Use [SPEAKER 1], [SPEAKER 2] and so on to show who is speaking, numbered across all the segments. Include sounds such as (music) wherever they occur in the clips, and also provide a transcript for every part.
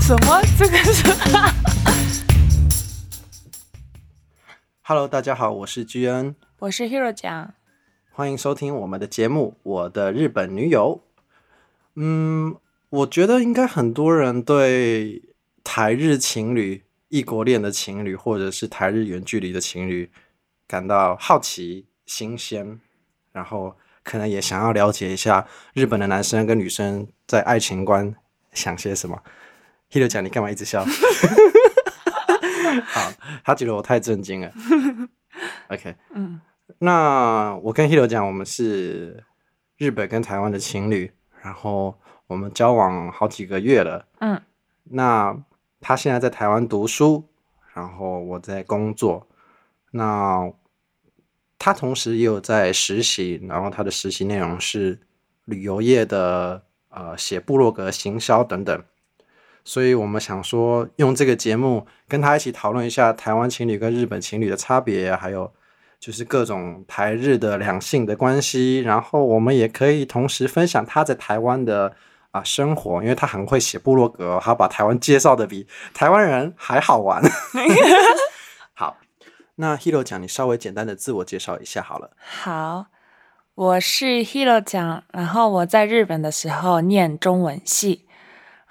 [SPEAKER 1] 什么？这个是
[SPEAKER 2] Hello，大家好，我是 G N，
[SPEAKER 1] (laughs) 我是 Hero 讲，
[SPEAKER 2] 欢迎收听我们的节目《我的日本女友》。嗯，我觉得应该很多人对台日情侣、异国恋的情侣，或者是台日远距离的情侣感到好奇、新鲜，然后可能也想要了解一下日本的男生跟女生在爱情观想些什么。Hiro 讲，你干嘛一直笑？好，他觉得我太震惊了。OK，
[SPEAKER 1] 嗯，
[SPEAKER 2] 那我跟 Hiro 讲，我们是日本跟台湾的情侣，然后我们交往好几个月了。
[SPEAKER 1] 嗯，
[SPEAKER 2] 那他现在在台湾读书，然后我在工作。那他同时也有在实习，然后他的实习内容是旅游业的，呃，写部落格、行销等等。所以我们想说，用这个节目跟他一起讨论一下台湾情侣跟日本情侣的差别，还有就是各种台日的两性的关系。然后我们也可以同时分享他在台湾的啊、生活，因为他很会写部落格哦，他把台湾介绍的比台湾人还好玩。 (laughs) 好，那 Hiro 讲，你稍微简单的自我介绍一下好了。
[SPEAKER 1] 好，我是 Hero 讲，然后我在日本的时候念中文系，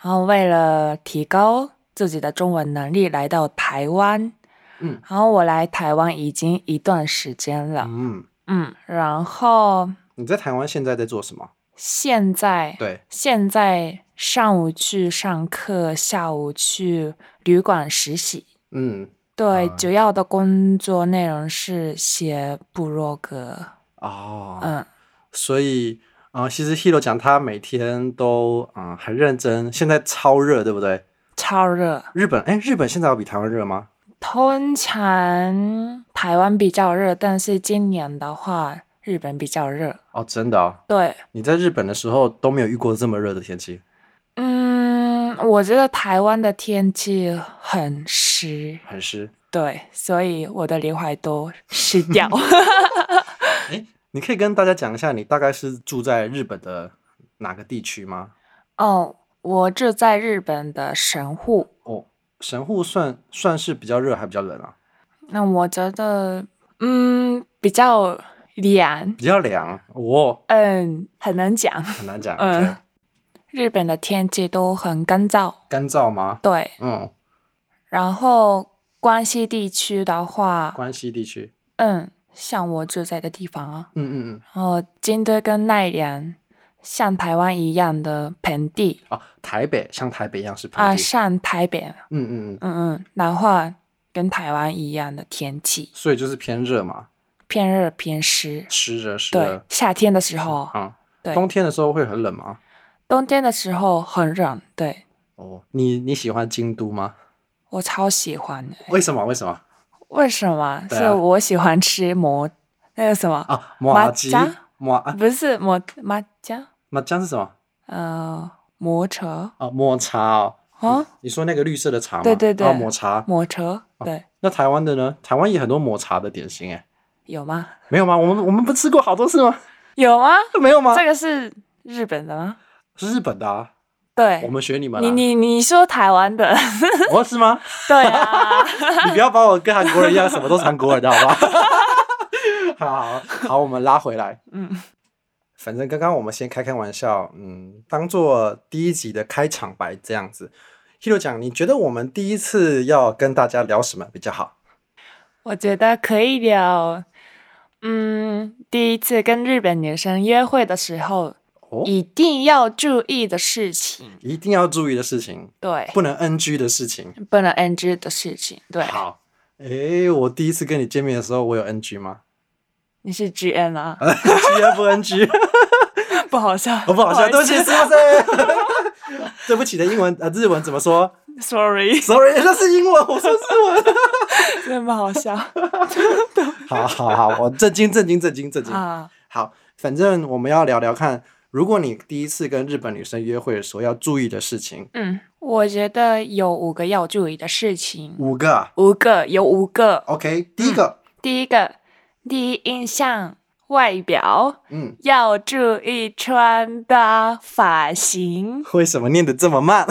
[SPEAKER 1] 然后为了提高自己的中文能力，来到台湾。
[SPEAKER 2] 嗯，
[SPEAKER 1] 然后我来台湾已经一段时间了，
[SPEAKER 2] 嗯，
[SPEAKER 1] 嗯，然后
[SPEAKER 2] 你在台湾现在在做什么？
[SPEAKER 1] 现在
[SPEAKER 2] 对，
[SPEAKER 1] 现在上午去上课，下午去旅馆实习。
[SPEAKER 2] 嗯，
[SPEAKER 1] 对，
[SPEAKER 2] 啊
[SPEAKER 1] 主要的工作内容是写部落格。
[SPEAKER 2] 哦，
[SPEAKER 1] 嗯，
[SPEAKER 2] 所以，啊，其实 Hiro 讲他每天都啊、呃很认真，现在超热，对不对？
[SPEAKER 1] 超热。
[SPEAKER 2] 日本，哎，日本现在有比台湾热吗？
[SPEAKER 1] 通常台湾比较热，但是今年的话，日本比较热。
[SPEAKER 2] 哦，真的哦，
[SPEAKER 1] 对，
[SPEAKER 2] 你在日本的时候都没有遇过这么热的天气，
[SPEAKER 1] 嗯，我觉得台湾的天气很湿，
[SPEAKER 2] 很湿。
[SPEAKER 1] 对，所以我的刘海都湿掉。
[SPEAKER 2] (laughs) 你可以跟大家讲一下，你大概是住在日本的哪个地区吗？
[SPEAKER 1] 哦，我住在日本的神户，
[SPEAKER 2] 哦，神户算算是比较热，还比较冷啊，
[SPEAKER 1] 那我觉得，嗯，比较凉，
[SPEAKER 2] 比较凉，哦，
[SPEAKER 1] 嗯，很难讲。
[SPEAKER 2] 很难讲，
[SPEAKER 1] 嗯
[SPEAKER 2] OK
[SPEAKER 1] 日本的天气都很干燥，
[SPEAKER 2] 干燥吗？
[SPEAKER 1] 对。
[SPEAKER 2] 嗯，
[SPEAKER 1] 然后关西地区的话，
[SPEAKER 2] 关西地区，
[SPEAKER 1] 嗯，像我住在的地方啊，
[SPEAKER 2] 嗯嗯嗯，
[SPEAKER 1] 然后京都跟奈良像台湾一样的盆地
[SPEAKER 2] 哦，台北像台北一样是盆
[SPEAKER 1] 啊，
[SPEAKER 2] 地，
[SPEAKER 1] 像台北，
[SPEAKER 2] 嗯嗯嗯，
[SPEAKER 1] 嗯嗯，然后跟台湾一样的天气，
[SPEAKER 2] 所以就是偏热嘛，
[SPEAKER 1] 偏热偏湿。
[SPEAKER 2] 湿热湿
[SPEAKER 1] 对
[SPEAKER 2] 热，，
[SPEAKER 1] 夏天的时候，
[SPEAKER 2] 啊、
[SPEAKER 1] 对
[SPEAKER 2] 冬天的时候会很冷吗？
[SPEAKER 1] 冬天的时候很冷，对
[SPEAKER 2] 哦，你你喜欢京都
[SPEAKER 1] 哎
[SPEAKER 2] 吗？
[SPEAKER 1] 我超喜欢的。
[SPEAKER 2] 为什么？为什么
[SPEAKER 1] 为什么？
[SPEAKER 2] 对
[SPEAKER 1] 是
[SPEAKER 2] 啊
[SPEAKER 1] 我喜欢吃馍，那个什么，
[SPEAKER 2] 啊？马吉
[SPEAKER 1] 麻酱
[SPEAKER 2] 马啊
[SPEAKER 1] 不是馍麻酱，
[SPEAKER 2] 马酱是什么？
[SPEAKER 1] 呃，摩车
[SPEAKER 2] 啊，抹茶哦。
[SPEAKER 1] 啊，
[SPEAKER 2] 你说那个绿色的茶吗？
[SPEAKER 1] 对对对
[SPEAKER 2] 啊，抹茶。
[SPEAKER 1] 摩车，对，
[SPEAKER 2] 那台湾的呢？台湾也很多抹茶的点心哎，
[SPEAKER 1] 有吗？
[SPEAKER 2] 没有吗？我们我们不吃过好多次吗？ (laughs)
[SPEAKER 1] 有吗？
[SPEAKER 2] 没有吗？
[SPEAKER 1] 这个是日本的吗？
[SPEAKER 2] 是日本的啊，我
[SPEAKER 1] 对，
[SPEAKER 2] 们学你们
[SPEAKER 1] 你
[SPEAKER 2] 啊。
[SPEAKER 1] 你你说台湾的，
[SPEAKER 2] (laughs)
[SPEAKER 1] (laughs)
[SPEAKER 2] 我是吗？
[SPEAKER 1] 对啊，
[SPEAKER 2] 你不要把我跟韩国人一样，什么都是韩国人的，好 (laughs) 吧？好好好，我们拉回来。
[SPEAKER 1] 嗯，
[SPEAKER 2] 反正刚刚我们先开开玩笑，嗯，当做第一集的开场白这样子。Hiro 讲，你觉得我们第一次要跟大家聊什么比较好？
[SPEAKER 1] 我觉得可以聊。嗯，第一次跟日本女生约会的时候，
[SPEAKER 2] 哦，
[SPEAKER 1] 一定要注意的事情，
[SPEAKER 2] 一定要注意的事情，
[SPEAKER 1] 对，
[SPEAKER 2] 不能 NG 的事情。
[SPEAKER 1] 不能 NG 的事情，对。
[SPEAKER 2] 好，诶，我第一次跟你见面的时候，我有 NG 吗 (laughs)
[SPEAKER 1] 你是 GN 啊？
[SPEAKER 2] ？NG 啊，不 NG，
[SPEAKER 1] (laughs) 不好笑，
[SPEAKER 2] 哦我不好笑，对不
[SPEAKER 1] 意
[SPEAKER 2] 起，
[SPEAKER 1] 思
[SPEAKER 2] 是不是？ (laughs) 对不起的英文呃日文怎么说
[SPEAKER 1] (laughs)
[SPEAKER 2] (laughs)
[SPEAKER 1] ，sorry，
[SPEAKER 2] ？Sorry，那是 (laughs) 英文，我说日文。
[SPEAKER 1] 真的不好
[SPEAKER 2] (laughs)
[SPEAKER 1] 笑
[SPEAKER 2] 好好好，我震惊震惊震惊震惊。
[SPEAKER 1] 啊！
[SPEAKER 2] 好，反正我们要聊聊看如果你第一次跟日本女生约会的时候要注意的事情，
[SPEAKER 1] 嗯，我觉得有五个要注意的事情，
[SPEAKER 2] 五个。
[SPEAKER 1] 五个有五个。
[SPEAKER 2] OK，第一个，
[SPEAKER 1] 第一个，第一印象外表
[SPEAKER 2] 嗯，
[SPEAKER 1] 要注意穿搭发型，
[SPEAKER 2] 为什么念得这么慢？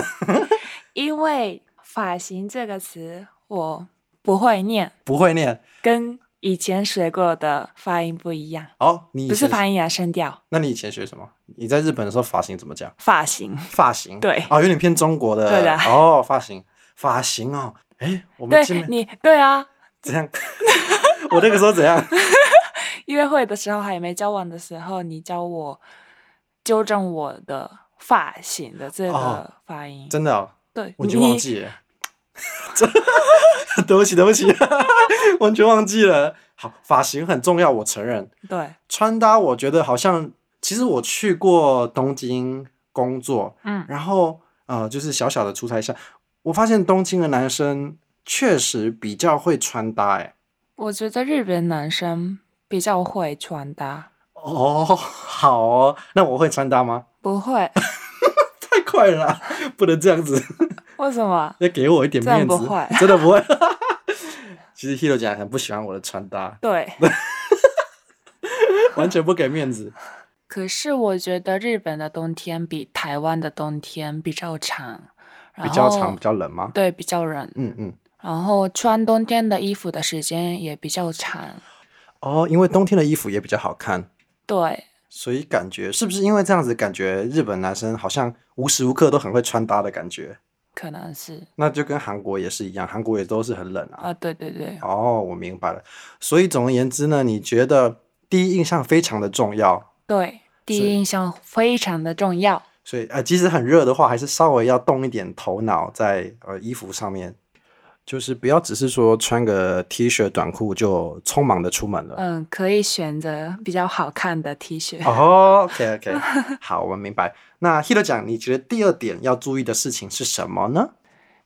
[SPEAKER 2] (laughs)
[SPEAKER 1] 因为发型这个词我不会念，
[SPEAKER 2] 不会念。
[SPEAKER 1] 跟以前学过的发音不一样，
[SPEAKER 2] 哦，你以
[SPEAKER 1] 不是
[SPEAKER 2] 前
[SPEAKER 1] 发音啊，声调，
[SPEAKER 2] 那你以前学什么？你在日本的时候发型怎么讲？
[SPEAKER 1] 发型。
[SPEAKER 2] 发型
[SPEAKER 1] 对
[SPEAKER 2] 哦，有点偏中国的
[SPEAKER 1] 对的
[SPEAKER 2] 哦，发型发型哦，哎，我们
[SPEAKER 1] 对
[SPEAKER 2] 见面
[SPEAKER 1] 你对啊，
[SPEAKER 2] 怎样？ (laughs) 我那个时候怎样？
[SPEAKER 1] 约会的时候还没交往的时候，你教我纠正我的发型的这
[SPEAKER 2] 哦
[SPEAKER 1] 个发音，
[SPEAKER 2] 真的哦，
[SPEAKER 1] 对，
[SPEAKER 2] 我已经忘记了。真 (laughs) 对不起，对不起， (laughs) 完全忘记了。好，发型很重要，我承认。
[SPEAKER 1] 你对，
[SPEAKER 2] 穿搭，我觉得好像，其实我去过东京工作，
[SPEAKER 1] 嗯
[SPEAKER 2] 然后呃，就是小小的出差一下，我发现东京的男生确实比较会穿搭、欸，
[SPEAKER 1] 我觉得日本男生比较会穿搭，
[SPEAKER 2] 哦，好哦，那我会穿搭吗？
[SPEAKER 1] 不会，
[SPEAKER 2] 太快了啦， (laughs) 不能这样子，
[SPEAKER 1] 为什么？
[SPEAKER 2] 要给我一点
[SPEAKER 1] 这样
[SPEAKER 2] 面
[SPEAKER 1] 不
[SPEAKER 2] 子
[SPEAKER 1] 会，
[SPEAKER 2] 真的不会。 (laughs) 其实 Hiro 讲很不喜欢我的穿搭，
[SPEAKER 1] 对，
[SPEAKER 2] 完全不给面子。
[SPEAKER 1] 可是我觉得日本的冬天比台湾的冬天比较长，
[SPEAKER 2] 比
[SPEAKER 1] 然
[SPEAKER 2] 较长，
[SPEAKER 1] 后
[SPEAKER 2] 比较冷吗？
[SPEAKER 1] 对，比较冷，
[SPEAKER 2] 嗯嗯。
[SPEAKER 1] 然后穿冬天的衣服的时间也比较长，
[SPEAKER 2] 哦，因为冬天的衣服也比较好看，
[SPEAKER 1] 对，
[SPEAKER 2] 所以感觉是不是因为这样子，感觉日本男生好像无时无刻都很会穿搭的感觉？
[SPEAKER 1] 可能是
[SPEAKER 2] 那就跟韩国也是一样，韩国也都是很冷啊。
[SPEAKER 1] 啊，对对对，
[SPEAKER 2] 哦，我明白了。所以总而言之呢，你觉得第一印象非常的重要，
[SPEAKER 1] 对，第
[SPEAKER 2] 所以
[SPEAKER 1] 一印象非常的重要。
[SPEAKER 2] 所以呃，即使很热的话，还是稍微要动一点头脑在呃衣服上面，就是不要只是说穿个 T 恤短裤就匆忙的出门了。
[SPEAKER 1] 嗯，可以选择比较好看的 T 恤。
[SPEAKER 2] 哦、o k OK，好，我们明白。那 Hiro 讲，你觉得第二点要注意的事情是什么呢？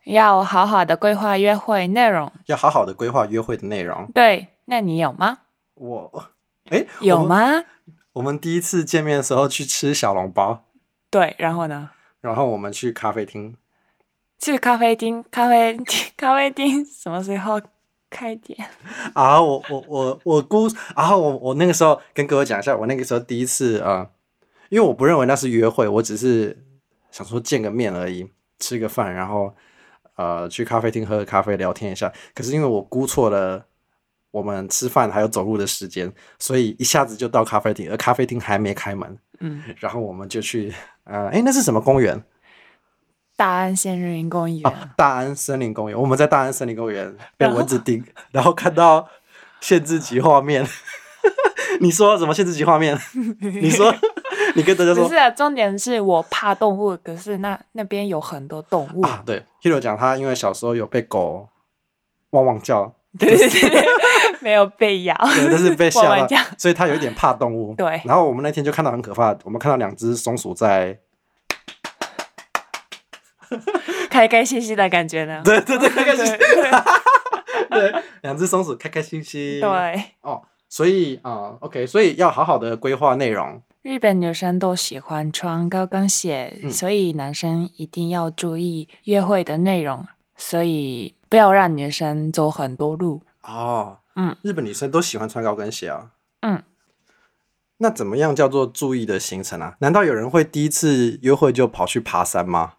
[SPEAKER 1] 要好好的规划约会内容。
[SPEAKER 2] 要好好的规划约会的内容。
[SPEAKER 1] 对，那你有吗？
[SPEAKER 2] 我，哎，
[SPEAKER 1] 有
[SPEAKER 2] 我们？
[SPEAKER 1] 吗？
[SPEAKER 2] 我们第一次见面的时候去吃小笼包，
[SPEAKER 1] 对，然后呢？
[SPEAKER 2] 然后我们去咖啡厅，
[SPEAKER 1] 去咖啡厅，咖啡厅，咖啡厅什么时候开店？
[SPEAKER 2] 啊，我我我我估，啊，我我那个时候跟各位讲一下，我那个时候第一次呃，因为我不认为那是约会，我只是想说见个面而已，吃个饭，然后呃去咖啡厅喝个咖啡聊天一下。可是因为我估错了我们吃饭还有走路的时间，所以一下子就到咖啡厅，而咖啡厅还没开门，
[SPEAKER 1] 嗯，
[SPEAKER 2] 然后我们就去呃，哎，那是什么公园？
[SPEAKER 1] 大安县日林公园。
[SPEAKER 2] 啊，大安森林公园。我们在大安森林
[SPEAKER 1] (laughs)
[SPEAKER 2] 公园被
[SPEAKER 1] 然后
[SPEAKER 2] 蚊子叮，然后看到限制级画面。 (laughs) 你说什么限制级
[SPEAKER 1] (laughs)
[SPEAKER 2] 画面？你说，你跟大家
[SPEAKER 1] 不
[SPEAKER 2] 说
[SPEAKER 1] 是、啊，重点是我怕动物，可是那那边有很多动物。
[SPEAKER 2] 啊？对，Hiro 讲他因为小时候有被狗汪汪叫，
[SPEAKER 1] 对 (laughs) 对对，没有被咬。
[SPEAKER 2] 对，但是被
[SPEAKER 1] 我
[SPEAKER 2] 吓
[SPEAKER 1] 们
[SPEAKER 2] 到
[SPEAKER 1] 家，
[SPEAKER 2] 所以他有一点怕动
[SPEAKER 1] (laughs)
[SPEAKER 2] 物。
[SPEAKER 1] 对
[SPEAKER 2] 然后我们那天就看到很可怕，我们看到两只松鼠在，
[SPEAKER 1] (laughs)
[SPEAKER 2] (laughs)
[SPEAKER 1] 开开心心的感觉呢？
[SPEAKER 2] 对对对，开开心心，
[SPEAKER 1] 对
[SPEAKER 2] 对， (laughs) 两只松鼠开开心心。，
[SPEAKER 1] 对，
[SPEAKER 2] 哦，所以啊、o k 所以要好好的规划内容。
[SPEAKER 1] 日本女生都喜欢穿高跟鞋，
[SPEAKER 2] 嗯
[SPEAKER 1] 所以男生一定要注意约会的内容，所以不要让女生走很多路。 (laughs)
[SPEAKER 2] 哦，
[SPEAKER 1] 嗯，
[SPEAKER 2] 日本女生都喜欢穿高跟鞋啊。
[SPEAKER 1] 嗯，
[SPEAKER 2] 那怎么样叫做注意的行程啊？难道有人会第一次约会就跑去爬山吗？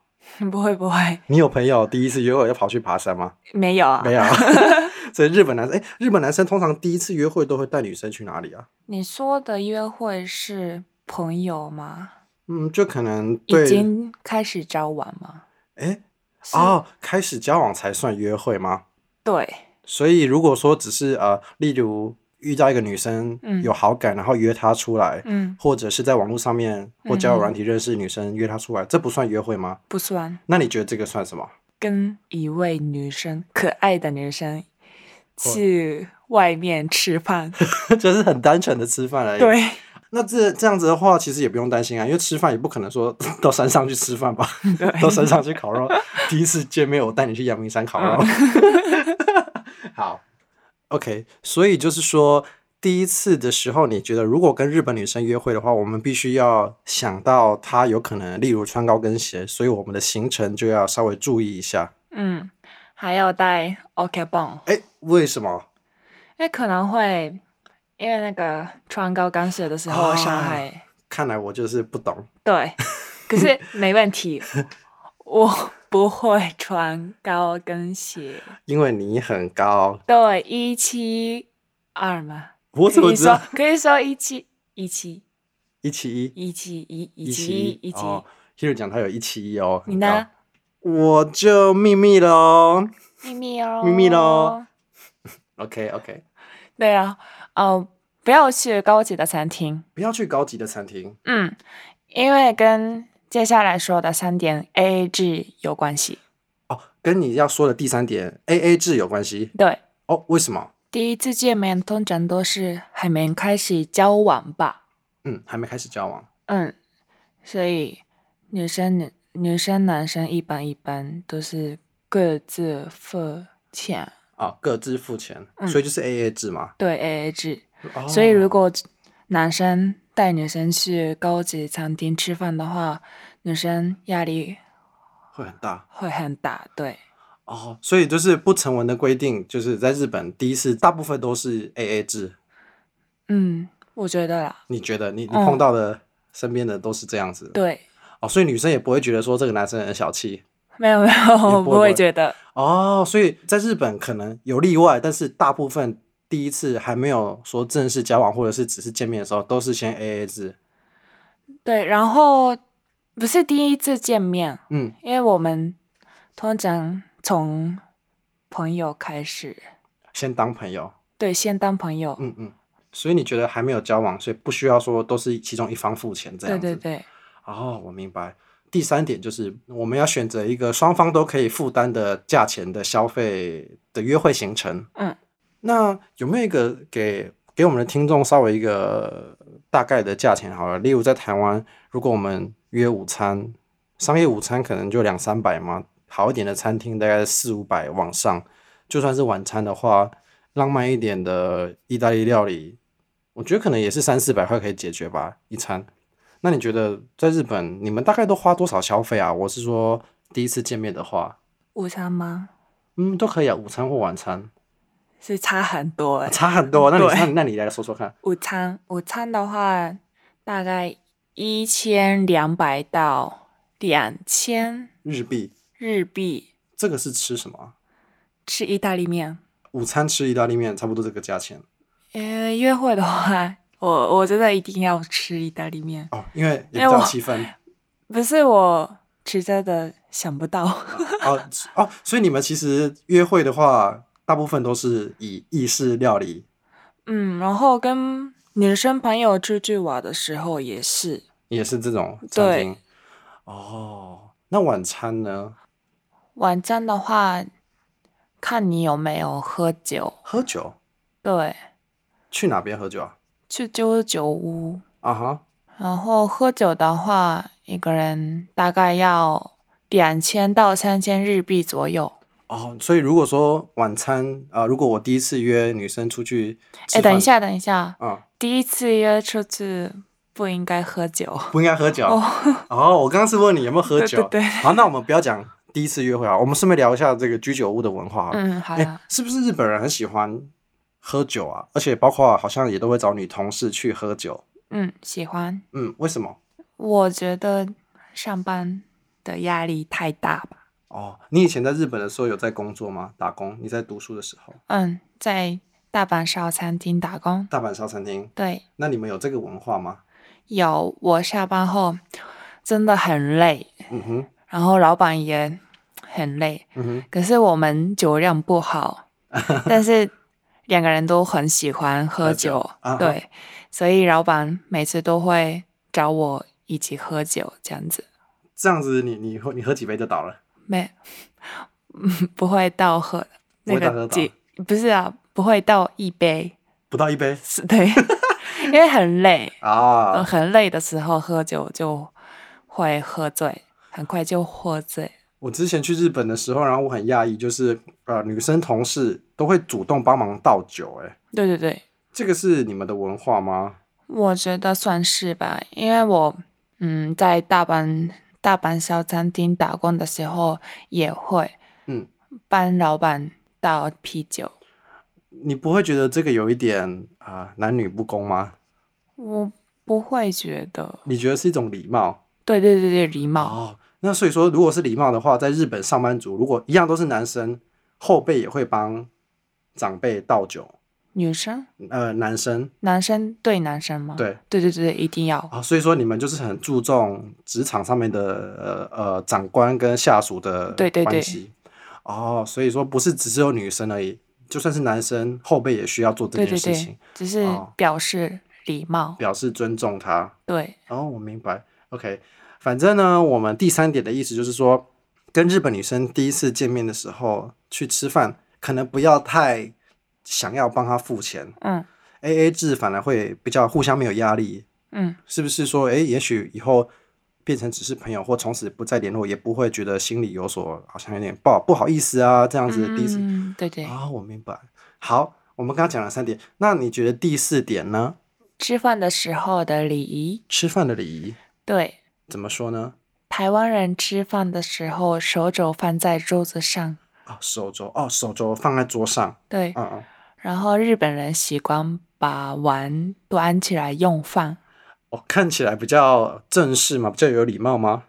[SPEAKER 1] 不会不会，
[SPEAKER 2] 你有朋友第一次约会就跑去爬山吗？
[SPEAKER 1] 没有啊
[SPEAKER 2] 没。有。 (laughs) 所以日本男生，哎，日本男生通常第一次约会都会带女生去哪里啊？
[SPEAKER 1] 你说的约会是朋友吗？
[SPEAKER 2] 嗯，就可能
[SPEAKER 1] 已
[SPEAKER 2] 对，
[SPEAKER 1] 经开始交往吗？
[SPEAKER 2] 哎，
[SPEAKER 1] 是，
[SPEAKER 2] 哦，开始交往才算约会吗？
[SPEAKER 1] 对，
[SPEAKER 2] 所以如果说只是呃，例如遇到一个女生
[SPEAKER 1] 嗯
[SPEAKER 2] 有好感，然后约她出来，
[SPEAKER 1] 嗯，
[SPEAKER 2] 或者是在网络上面或交友
[SPEAKER 1] 嗯
[SPEAKER 2] 软体认识女生，约她出来，这不算约会吗？
[SPEAKER 1] 不算
[SPEAKER 2] 那你觉得这个算什么？ (laughs)
[SPEAKER 1] 跟一位女生，可爱的女生
[SPEAKER 2] 或
[SPEAKER 1] 去外面吃饭，
[SPEAKER 2] 就是很单纯的吃饭而已。， (laughs)
[SPEAKER 1] 对，
[SPEAKER 2] 那这这样子的话，其实也不用担心啊，因为吃饭也不可能说 (laughs) 到山上去吃饭吧，
[SPEAKER 1] 对
[SPEAKER 2] 到山上去烤肉。 (laughs) 第一次见面，我带你去阳明山烤肉。好，OK，所以就是说，第一次的时候，你觉得如果跟日本女生约会的话，我们必须要想到她有可能，例如穿高跟鞋，所以我们的行程就要稍微注意一下。
[SPEAKER 1] 嗯，还要带 OK 绷，
[SPEAKER 2] 哎，为什么？
[SPEAKER 1] 因为可能会因为那个穿高跟鞋的时候
[SPEAKER 2] 啊
[SPEAKER 1] 伤害。
[SPEAKER 2] 看来我就是不懂。
[SPEAKER 1] 对，可是没问题，我不会穿高跟鞋。
[SPEAKER 2] 因为你很高，
[SPEAKER 1] 对，一七二嘛，
[SPEAKER 2] 我怎
[SPEAKER 1] 可
[SPEAKER 2] 么
[SPEAKER 1] 以
[SPEAKER 2] 知道
[SPEAKER 1] 说？可以说一七一七
[SPEAKER 2] 一七一，
[SPEAKER 1] 一七一一
[SPEAKER 2] 一
[SPEAKER 1] 七
[SPEAKER 2] 七
[SPEAKER 1] 一七，
[SPEAKER 2] 哦 h i r o 讲他有一七一哦，很
[SPEAKER 1] 你呢？
[SPEAKER 2] 高？我就秘密喽。
[SPEAKER 1] 秘密哦，
[SPEAKER 2] 秘密咯。OK OK，
[SPEAKER 1] 对啊，哦，不要去高级的餐厅，
[SPEAKER 2] 不要去高级的餐厅。
[SPEAKER 1] 嗯，因为跟接下来说的三点 A A 制有关系。
[SPEAKER 2] 哦，跟你要说的第三点 A A 制有关系
[SPEAKER 1] 对，
[SPEAKER 2] 哦？为什么？
[SPEAKER 1] 第一次见面通常都是还没开始交往吧，
[SPEAKER 2] 嗯，还没开始交往。
[SPEAKER 1] 嗯，所以女生女女生男生一般一般都是各自付钱，
[SPEAKER 2] 啊，各自付钱，
[SPEAKER 1] 嗯
[SPEAKER 2] 所以就是 A A 制嘛。
[SPEAKER 1] 对 A A 制。
[SPEAKER 2] 哦
[SPEAKER 1] 所以如果男生带女生去高级餐厅吃饭的话，女生压力
[SPEAKER 2] 会很大
[SPEAKER 1] 会很大。对，
[SPEAKER 2] 哦，所以就是不成文的规定，就是在日本第一次大部分都是 A A 制。
[SPEAKER 1] 嗯，我觉得啦，
[SPEAKER 2] 你觉得你你
[SPEAKER 1] 嗯
[SPEAKER 2] 碰到的身边的都是这样子、
[SPEAKER 1] 对，
[SPEAKER 2] 哦，所以女生也不会觉得说这个男生很小气
[SPEAKER 1] 没有没有，
[SPEAKER 2] 不
[SPEAKER 1] 我
[SPEAKER 2] 会
[SPEAKER 1] 不
[SPEAKER 2] 不
[SPEAKER 1] 会
[SPEAKER 2] 会
[SPEAKER 1] 觉得，
[SPEAKER 2] 哦。所以在日本可能有例外，但是大部分第一次还没有说正式交往或者是只是见面的时候，都是先 A A 制。
[SPEAKER 1] 对。然后不是第一次见面，
[SPEAKER 2] 嗯，
[SPEAKER 1] 因为我们通常从朋友开始，
[SPEAKER 2] 先当朋友。
[SPEAKER 1] 对，先当朋友，
[SPEAKER 2] 嗯嗯。所以你觉得还没有交往，所以不需要说都是其中一方付钱这
[SPEAKER 1] 对
[SPEAKER 2] 样
[SPEAKER 1] 对
[SPEAKER 2] 子。
[SPEAKER 1] 对，
[SPEAKER 2] 哦，我明白。第三点就是我们要选择一个双方都可以负担的价钱的消费的约会行程。
[SPEAKER 1] 嗯，
[SPEAKER 2] 那有没有一个给给我们的听众稍微一个大概的价钱好了？例如在台湾，如果我们约午餐，商业午餐可能就两三百嘛，好一点的餐厅大概四五百往上。就算是晚餐的话，浪漫一点的意大利料理，我觉得可能也是三四百块可以解决吧一餐。那你觉得在日本，你们大概都花多少消费啊？我是说第一次见面的话，
[SPEAKER 1] 午餐吗？
[SPEAKER 2] 嗯，都可以啊，午餐或晚餐，啊
[SPEAKER 1] 是差很多哎、
[SPEAKER 2] 差很多。那你
[SPEAKER 1] 对
[SPEAKER 2] 那那你来说说看，
[SPEAKER 1] 午餐，午餐的话大概一千两百到两千
[SPEAKER 2] 日币
[SPEAKER 1] 日币
[SPEAKER 2] 这个是吃什么啊？
[SPEAKER 1] 吃意大利面。
[SPEAKER 2] 午餐吃意大利面差不多这个价钱
[SPEAKER 1] 呃，约会的话，我我真的一定要吃意大利面，
[SPEAKER 2] 哦，因为也比
[SPEAKER 1] 因为我
[SPEAKER 2] 较气氛
[SPEAKER 1] 不是我实在的想不到。啊
[SPEAKER 2] 哦 (laughs) 哦，所以你们其实约会的话，大部分都是以意式料理，
[SPEAKER 1] 嗯，然后跟女生朋友出去玩的时候也是，
[SPEAKER 2] 也是这种餐
[SPEAKER 1] 对
[SPEAKER 2] 厅。哦，那晚餐呢？
[SPEAKER 1] 晚餐的话看你有没有喝酒，
[SPEAKER 2] 喝酒
[SPEAKER 1] 对，
[SPEAKER 2] 去哪边喝酒啊？
[SPEAKER 1] 去酒酒屋。
[SPEAKER 2] 啊哈，
[SPEAKER 1] 然后喝酒的话，一个人大概要两千到三千日币左右。哎
[SPEAKER 2] 哦，所以如果说晚餐啊、呃如果我第一次约女生出去，
[SPEAKER 1] 哎，等一，下，等一下，
[SPEAKER 2] 啊、
[SPEAKER 1] 第一次约出去不应该喝酒。
[SPEAKER 2] 不应该喝酒。哦，
[SPEAKER 1] 哦， (laughs)
[SPEAKER 2] 我刚刚是问你有没有喝酒。啊
[SPEAKER 1] 对对对
[SPEAKER 2] 好，那我们不要讲第一次约会啊，我们顺便聊一下这个居酒屋的文化。，
[SPEAKER 1] 嗯，好
[SPEAKER 2] 哎
[SPEAKER 1] 了，，
[SPEAKER 2] 是不是日本人很喜欢喝酒啊？而且包括好像也都会找女同事去喝酒。
[SPEAKER 1] 嗯，喜欢。
[SPEAKER 2] 嗯，为什么？
[SPEAKER 1] 我觉得上班的压力太大吧。
[SPEAKER 2] 哦，你以前在日本的时候有在工作吗？打工？你在读书的时候，
[SPEAKER 1] 嗯，在大阪烧餐厅打工，
[SPEAKER 2] 大阪烧餐厅，
[SPEAKER 1] 对，
[SPEAKER 2] 那你们有这个文化吗？
[SPEAKER 1] 有。我下班后真的很累，
[SPEAKER 2] 嗯哼，
[SPEAKER 1] 然后老板也很累，
[SPEAKER 2] 嗯哼，
[SPEAKER 1] 可是我们酒量不
[SPEAKER 2] (laughs)
[SPEAKER 1] 好，但是两个人都很喜欢喝酒，
[SPEAKER 2] 喝酒啊
[SPEAKER 1] 对，所以老板每次都会找我一起喝酒，这样子
[SPEAKER 2] 这样子你你喝你喝几杯就倒了。
[SPEAKER 1] 没 (laughs) 不会到喝
[SPEAKER 2] 不
[SPEAKER 1] 那
[SPEAKER 2] 会到
[SPEAKER 1] 个
[SPEAKER 2] 喝
[SPEAKER 1] 几不是啊，不会到一杯，
[SPEAKER 2] 不到一杯
[SPEAKER 1] 是
[SPEAKER 2] (laughs)
[SPEAKER 1] 对，因为很累，
[SPEAKER 2] 啊
[SPEAKER 1] 呃很累的时候喝酒就会喝醉，很快就喝醉，
[SPEAKER 2] 我之前去日本的时候，然后我很讶异，就是呃，女生同事都会主动帮忙倒酒、欸，
[SPEAKER 1] 对对对，
[SPEAKER 2] 这个是你们的文化吗？
[SPEAKER 1] 我觉得算是吧，因为我嗯在大阪大阪小餐厅打工的时候也会
[SPEAKER 2] 嗯
[SPEAKER 1] 帮老板倒啤酒。
[SPEAKER 2] 你不会觉得这个有一点啊、男女不公吗？
[SPEAKER 1] 我不会觉得，
[SPEAKER 2] 你觉得是一种礼貌
[SPEAKER 1] 对对对对，礼貌。
[SPEAKER 2] 哦？那所以说，如果是礼貌的话，在日本上班族如果一样都是男生，后辈也会帮长辈倒酒，
[SPEAKER 1] 女生、
[SPEAKER 2] 呃，男生
[SPEAKER 1] 男生对男生吗？
[SPEAKER 2] 对
[SPEAKER 1] 对哦对对，一定要。
[SPEAKER 2] 啊、所以说你们就是很注重职场上面的呃呃长官跟下属的
[SPEAKER 1] 对对对
[SPEAKER 2] 关系哦，所以说不是只有女生而已，就算是男生后辈也需要做这
[SPEAKER 1] 对
[SPEAKER 2] 件
[SPEAKER 1] 对
[SPEAKER 2] 事情，
[SPEAKER 1] 对，只是
[SPEAKER 2] 哦
[SPEAKER 1] 表示礼貌。
[SPEAKER 2] 表示尊重他。
[SPEAKER 1] 对，
[SPEAKER 2] 哦，我明白。OK，反正呢，我们第三点的意思就是说，跟日本女生第一次见面的时候去吃饭，可能不要太想要帮她付钱
[SPEAKER 1] 嗯
[SPEAKER 2] ，A A 制反而会比较互相没有压力，
[SPEAKER 1] 嗯，
[SPEAKER 2] 是不是说，诶，也许以后变成只是朋友，或从此不再联络，也不会觉得心里有所好像有点不好不好意思啊，这样子的第一次
[SPEAKER 1] 嗯，对对，
[SPEAKER 2] 啊、我明白。好，我们刚刚讲了三点，那你觉得第四点呢？
[SPEAKER 1] 吃饭的时候的礼仪，
[SPEAKER 2] 吃饭的礼仪
[SPEAKER 1] 对。
[SPEAKER 2] 怎么说呢？
[SPEAKER 1] 台湾人吃饭的时候，手肘放在桌子上，
[SPEAKER 2] 啊，手肘哦，手肘放在桌上，
[SPEAKER 1] 对。
[SPEAKER 2] 嗯嗯，
[SPEAKER 1] 然后日本人习惯把碗端起来用饭，
[SPEAKER 2] 哦，看起来比较正式嘛，比较有礼貌吗？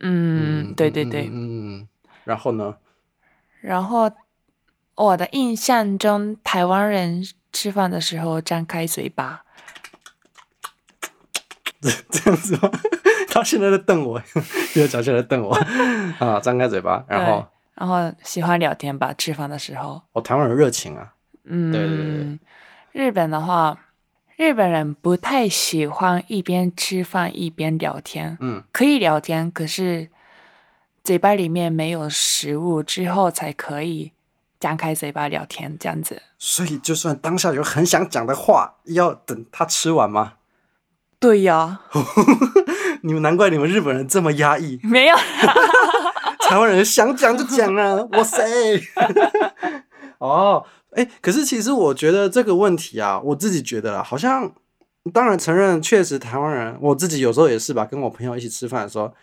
[SPEAKER 1] 嗯，对对
[SPEAKER 2] 嗯
[SPEAKER 1] 对。
[SPEAKER 2] 嗯，嗯然后呢？ (laughs)
[SPEAKER 1] 然后我的印象中，台湾人吃饭的时候张开嘴巴，
[SPEAKER 2] 这样子吗？ (laughs) 他现在在瞪我， (laughs) 右脚现在在瞪我 (laughs) 啊，张开嘴巴，然后
[SPEAKER 1] 对然后喜欢聊天吧，吃饭的时候。
[SPEAKER 2] 哦，台湾人热情啊，
[SPEAKER 1] 嗯，
[SPEAKER 2] 对对
[SPEAKER 1] 日本的话，日本人不太喜欢一边吃饭一边聊天，
[SPEAKER 2] 嗯，
[SPEAKER 1] 可以聊天，可是嘴巴里面没有食物之后才可以张开嘴巴聊天，这样子。
[SPEAKER 2] 所以就算当下有很想讲的话，要等他吃完吗？ (laughs)
[SPEAKER 1] 对呀、
[SPEAKER 2] 你们难怪你们日本人这么压抑，
[SPEAKER 1] (laughs) 没 (laughs) 有，
[SPEAKER 2] (laughs) 台湾人想讲就讲
[SPEAKER 1] (laughs)
[SPEAKER 2] 啊，哇塞！ (laughs) 哦，哎、可是其实我觉得这个问题啊，我自己觉得啦，好像当然承认，确实台湾人，我自己有时候也是吧，跟我朋友一起吃饭的时候，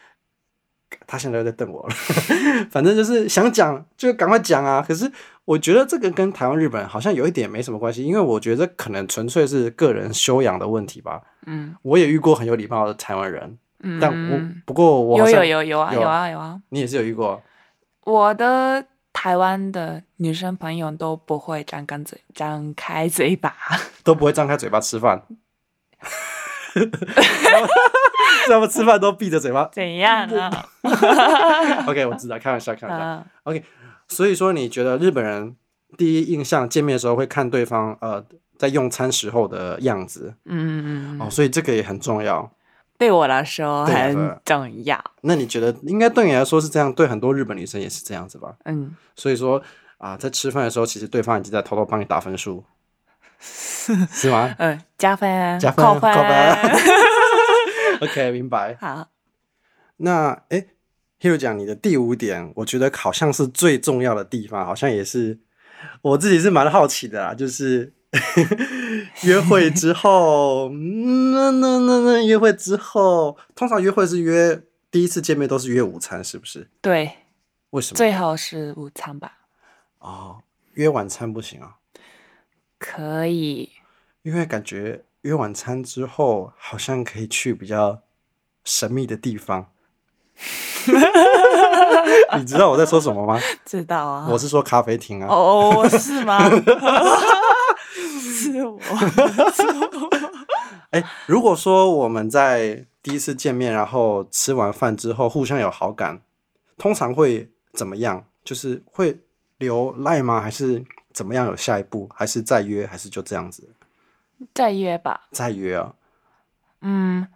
[SPEAKER 2] 他现在又在瞪我了， (laughs) 反正就是想讲就赶快讲啊。可是我觉得这个跟台湾、日本好像有一点没什么关系，因为我觉得可能纯粹是个人修养的问题吧。
[SPEAKER 1] 嗯
[SPEAKER 2] 我也遇过很有礼貌的台湾人，
[SPEAKER 1] 嗯，
[SPEAKER 2] 但我、不过我好
[SPEAKER 1] 有
[SPEAKER 2] 像
[SPEAKER 1] 有有有啊
[SPEAKER 2] 有
[SPEAKER 1] 有啊有啊，
[SPEAKER 2] 你也是有遇过。
[SPEAKER 1] 我的台湾的女生朋友都不会张开嘴张开嘴巴， (laughs)
[SPEAKER 2] 都不会张开嘴巴吃饭， (laughs) 他们吃饭都闭着嘴巴。
[SPEAKER 1] 怎样啊？
[SPEAKER 2] OK，我知道，开玩笑，开玩笑。
[SPEAKER 1] 嗯
[SPEAKER 2] 所以说，你觉得日本人第一印象见面的时候会看对方呃在用餐时候的样子、
[SPEAKER 1] 嗯嗯，
[SPEAKER 2] 哦，
[SPEAKER 1] 嗯
[SPEAKER 2] 所以这个也很重要。
[SPEAKER 1] 对我来说
[SPEAKER 2] 对啊对
[SPEAKER 1] 很
[SPEAKER 2] 啊
[SPEAKER 1] 重要。
[SPEAKER 2] 那你觉得应该对你来说是这样，对很多日本女生也是这样子吧？
[SPEAKER 1] 嗯，
[SPEAKER 2] 所以说啊、在吃饭的时候，其实对方已经在偷偷帮你打
[SPEAKER 1] (laughs)
[SPEAKER 2] 分数，是吗
[SPEAKER 1] 嗯，加分，
[SPEAKER 2] 加分
[SPEAKER 1] 扣分，
[SPEAKER 2] 扣 (laughs) 分？OK，明白。
[SPEAKER 1] 好，
[SPEAKER 2] 那诶 h e r o 讲你的第五点，我觉得好像是最重要的地方，好像也是我自己是蛮好奇的啦，就是 (laughs) 约会之后，嗯那那那那约会之后，通常约会是约第一次见面都是约午餐，是不是？
[SPEAKER 1] 对，
[SPEAKER 2] 为什么？
[SPEAKER 1] 最好是午餐吧，
[SPEAKER 2] 哦，约晚餐不行啊，
[SPEAKER 1] 可以。
[SPEAKER 2] 因为感觉约晚餐之后好像可以去比较神秘的地方。 (laughs) 你知道我在说什么吗？
[SPEAKER 1] 知道啊，
[SPEAKER 2] 我是说咖啡厅啊。
[SPEAKER 1] 哦，是吗？是我，是我。
[SPEAKER 2] 哎，如果说我们在第一次见面，然后吃完饭之后互相有好感，通常会怎么样？就是会留赖吗？还是怎么样有下一步？还是再约？还是就这样子
[SPEAKER 1] 再约吧，
[SPEAKER 2] 再约啊？
[SPEAKER 1] 嗯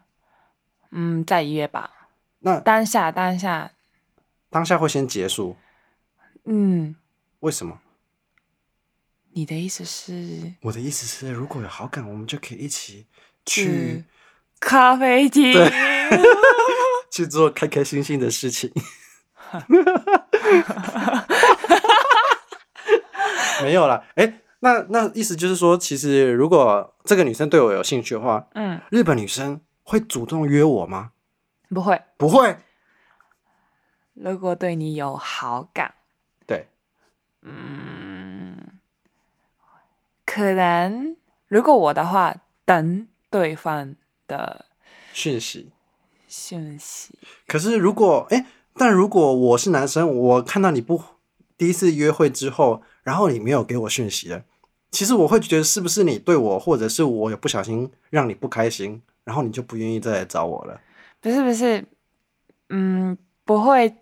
[SPEAKER 1] 嗯，再约吧，
[SPEAKER 2] 那
[SPEAKER 1] 当下当下，
[SPEAKER 2] 当下会先结束？
[SPEAKER 1] 嗯，
[SPEAKER 2] 为什么？
[SPEAKER 1] 你的意思是
[SPEAKER 2] 我的意思是，如果有好感，我们就可以一起
[SPEAKER 1] 嗯
[SPEAKER 2] 去
[SPEAKER 1] 咖啡厅？
[SPEAKER 2] 去做开开心心的事情。没有啦，哎，那那意思就是说，其实如果这个女生对我有兴趣的话，
[SPEAKER 1] 嗯，
[SPEAKER 2] 日本女生会主动约我吗？
[SPEAKER 1] 不会。
[SPEAKER 2] 不会。
[SPEAKER 1] 如果对你有好感，
[SPEAKER 2] 对，
[SPEAKER 1] 嗯，可能如果我的话，等对方的
[SPEAKER 2] 讯息。
[SPEAKER 1] 讯息。
[SPEAKER 2] 可是如果哎，但如果我是男生，我看到你不第一次约会之后，然后你没有给我讯息了，其实我会觉得是不是你对我，或者是我有不小心让你不开心，然后你就不愿意再来找我了。
[SPEAKER 1] 不是不是，嗯，不会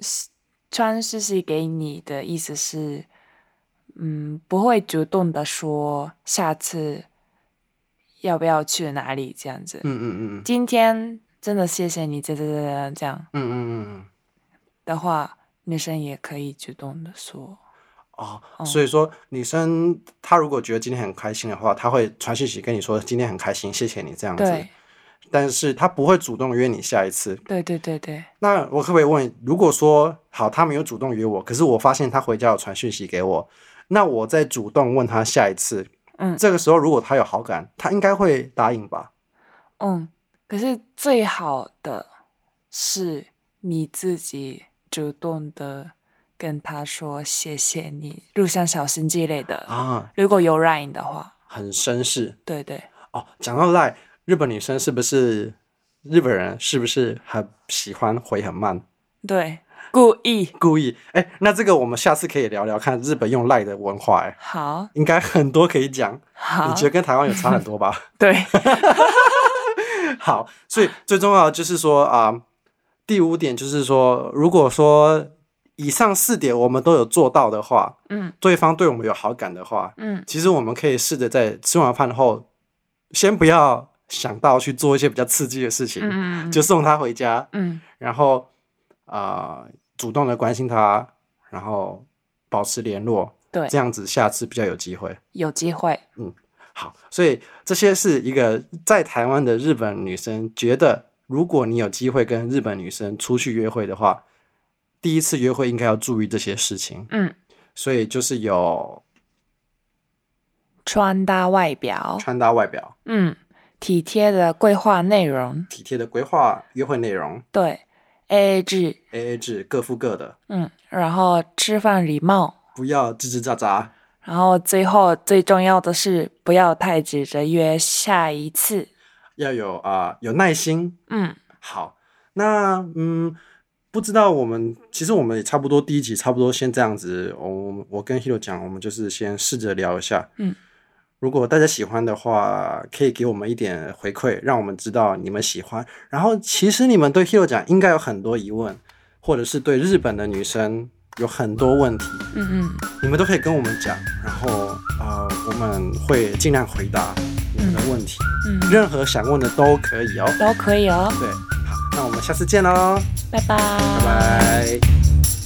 [SPEAKER 1] 是传讯息给你的意思是，嗯，不会主动的说下次要不要去哪里这样子。
[SPEAKER 2] 嗯嗯嗯
[SPEAKER 1] 今天真的谢谢你，这这这这样
[SPEAKER 2] 嗯嗯嗯嗯。
[SPEAKER 1] 的话，女生也可以主动的说，
[SPEAKER 2] 哦，
[SPEAKER 1] 嗯
[SPEAKER 2] 所以说女生她如果觉得今天很开心的话，她会传讯息跟你说今天很开心，谢谢你这样子
[SPEAKER 1] 对。
[SPEAKER 2] 但是她不会主动约你下一次。
[SPEAKER 1] 对对对对，
[SPEAKER 2] 那我可不可以问，如果说好，她没有主动约我，可是我发现她回家有传讯息给我，那我再主动问她下一次，
[SPEAKER 1] 嗯
[SPEAKER 2] 这个时候如果她有好感，她应该会答应吧？
[SPEAKER 1] 嗯，可是最好的是你自己主动的跟他说谢谢你，路上小心之类的。
[SPEAKER 2] 啊，
[SPEAKER 1] 如果有 Line 的话，
[SPEAKER 2] 很绅士
[SPEAKER 1] 对对，
[SPEAKER 2] 哦。讲到赖，日本女生是不是日本人是不是很喜欢回很慢？
[SPEAKER 1] 对，故意
[SPEAKER 2] 故意哎、那这个我们下次可以聊聊看日本用赖的文化、哎，
[SPEAKER 1] 好
[SPEAKER 2] 应该很多可以讲。你
[SPEAKER 1] 好
[SPEAKER 2] 觉得跟台湾有差很
[SPEAKER 1] (laughs)
[SPEAKER 2] 多吧？
[SPEAKER 1] 对，
[SPEAKER 2] 好，所以最重要的就是说啊、第五点就是说，如果说以上四点我们都有做到的话，
[SPEAKER 1] 嗯
[SPEAKER 2] 对方对我们有好感的话，
[SPEAKER 1] 嗯
[SPEAKER 2] 其实我们可以试着在吃完饭后，先不要想到去做一些比较刺激的事情，
[SPEAKER 1] 嗯，
[SPEAKER 2] 就送他回家，
[SPEAKER 1] 嗯
[SPEAKER 2] 然后啊、主动的关心他，然后保持联络，
[SPEAKER 1] 对
[SPEAKER 2] 这，样子下次比较有机会。
[SPEAKER 1] 有机会，
[SPEAKER 2] 好，所以这些是一个在台湾的日本女生觉得，如果你有机会跟日本女生出去约会的话，第一次约会应该要注意这些事情。
[SPEAKER 1] 嗯，
[SPEAKER 2] 所以就是有
[SPEAKER 1] 穿搭外表，
[SPEAKER 2] 穿搭、外表、
[SPEAKER 1] 嗯，体贴的规划内容，
[SPEAKER 2] 体贴的规划、约会内容、
[SPEAKER 1] 对，A A 制，
[SPEAKER 2] A A 制，各付各的，
[SPEAKER 1] 嗯，然后吃饭礼貌。
[SPEAKER 2] 不要吱吱喳喳。
[SPEAKER 1] 然后最后最重要的是，不要太急着约下一次。
[SPEAKER 2] 要有啊、有耐心。
[SPEAKER 1] 嗯，
[SPEAKER 2] 好，那嗯，不知道我们其实我们也差不多第一集差不多先这样子，我我跟 Hiro 讲，我们就是先试着聊一下。
[SPEAKER 1] 嗯，
[SPEAKER 2] 如果大家喜欢的话，可以给我们一点回馈，让我们知道你们喜欢。然后其实你们对 Hiro 讲应该有很多疑问，或者是对日本的女生有很多问题，
[SPEAKER 1] 嗯嗯，
[SPEAKER 2] 你们都可以跟我们讲，然后啊、呃我们会尽量回答你们的问题。
[SPEAKER 1] 嗯，
[SPEAKER 2] 任何想问的都可以哦。
[SPEAKER 1] 都可以哦。
[SPEAKER 2] 对，好，那我们下次见喽，
[SPEAKER 1] 拜拜。拜
[SPEAKER 2] 拜拜。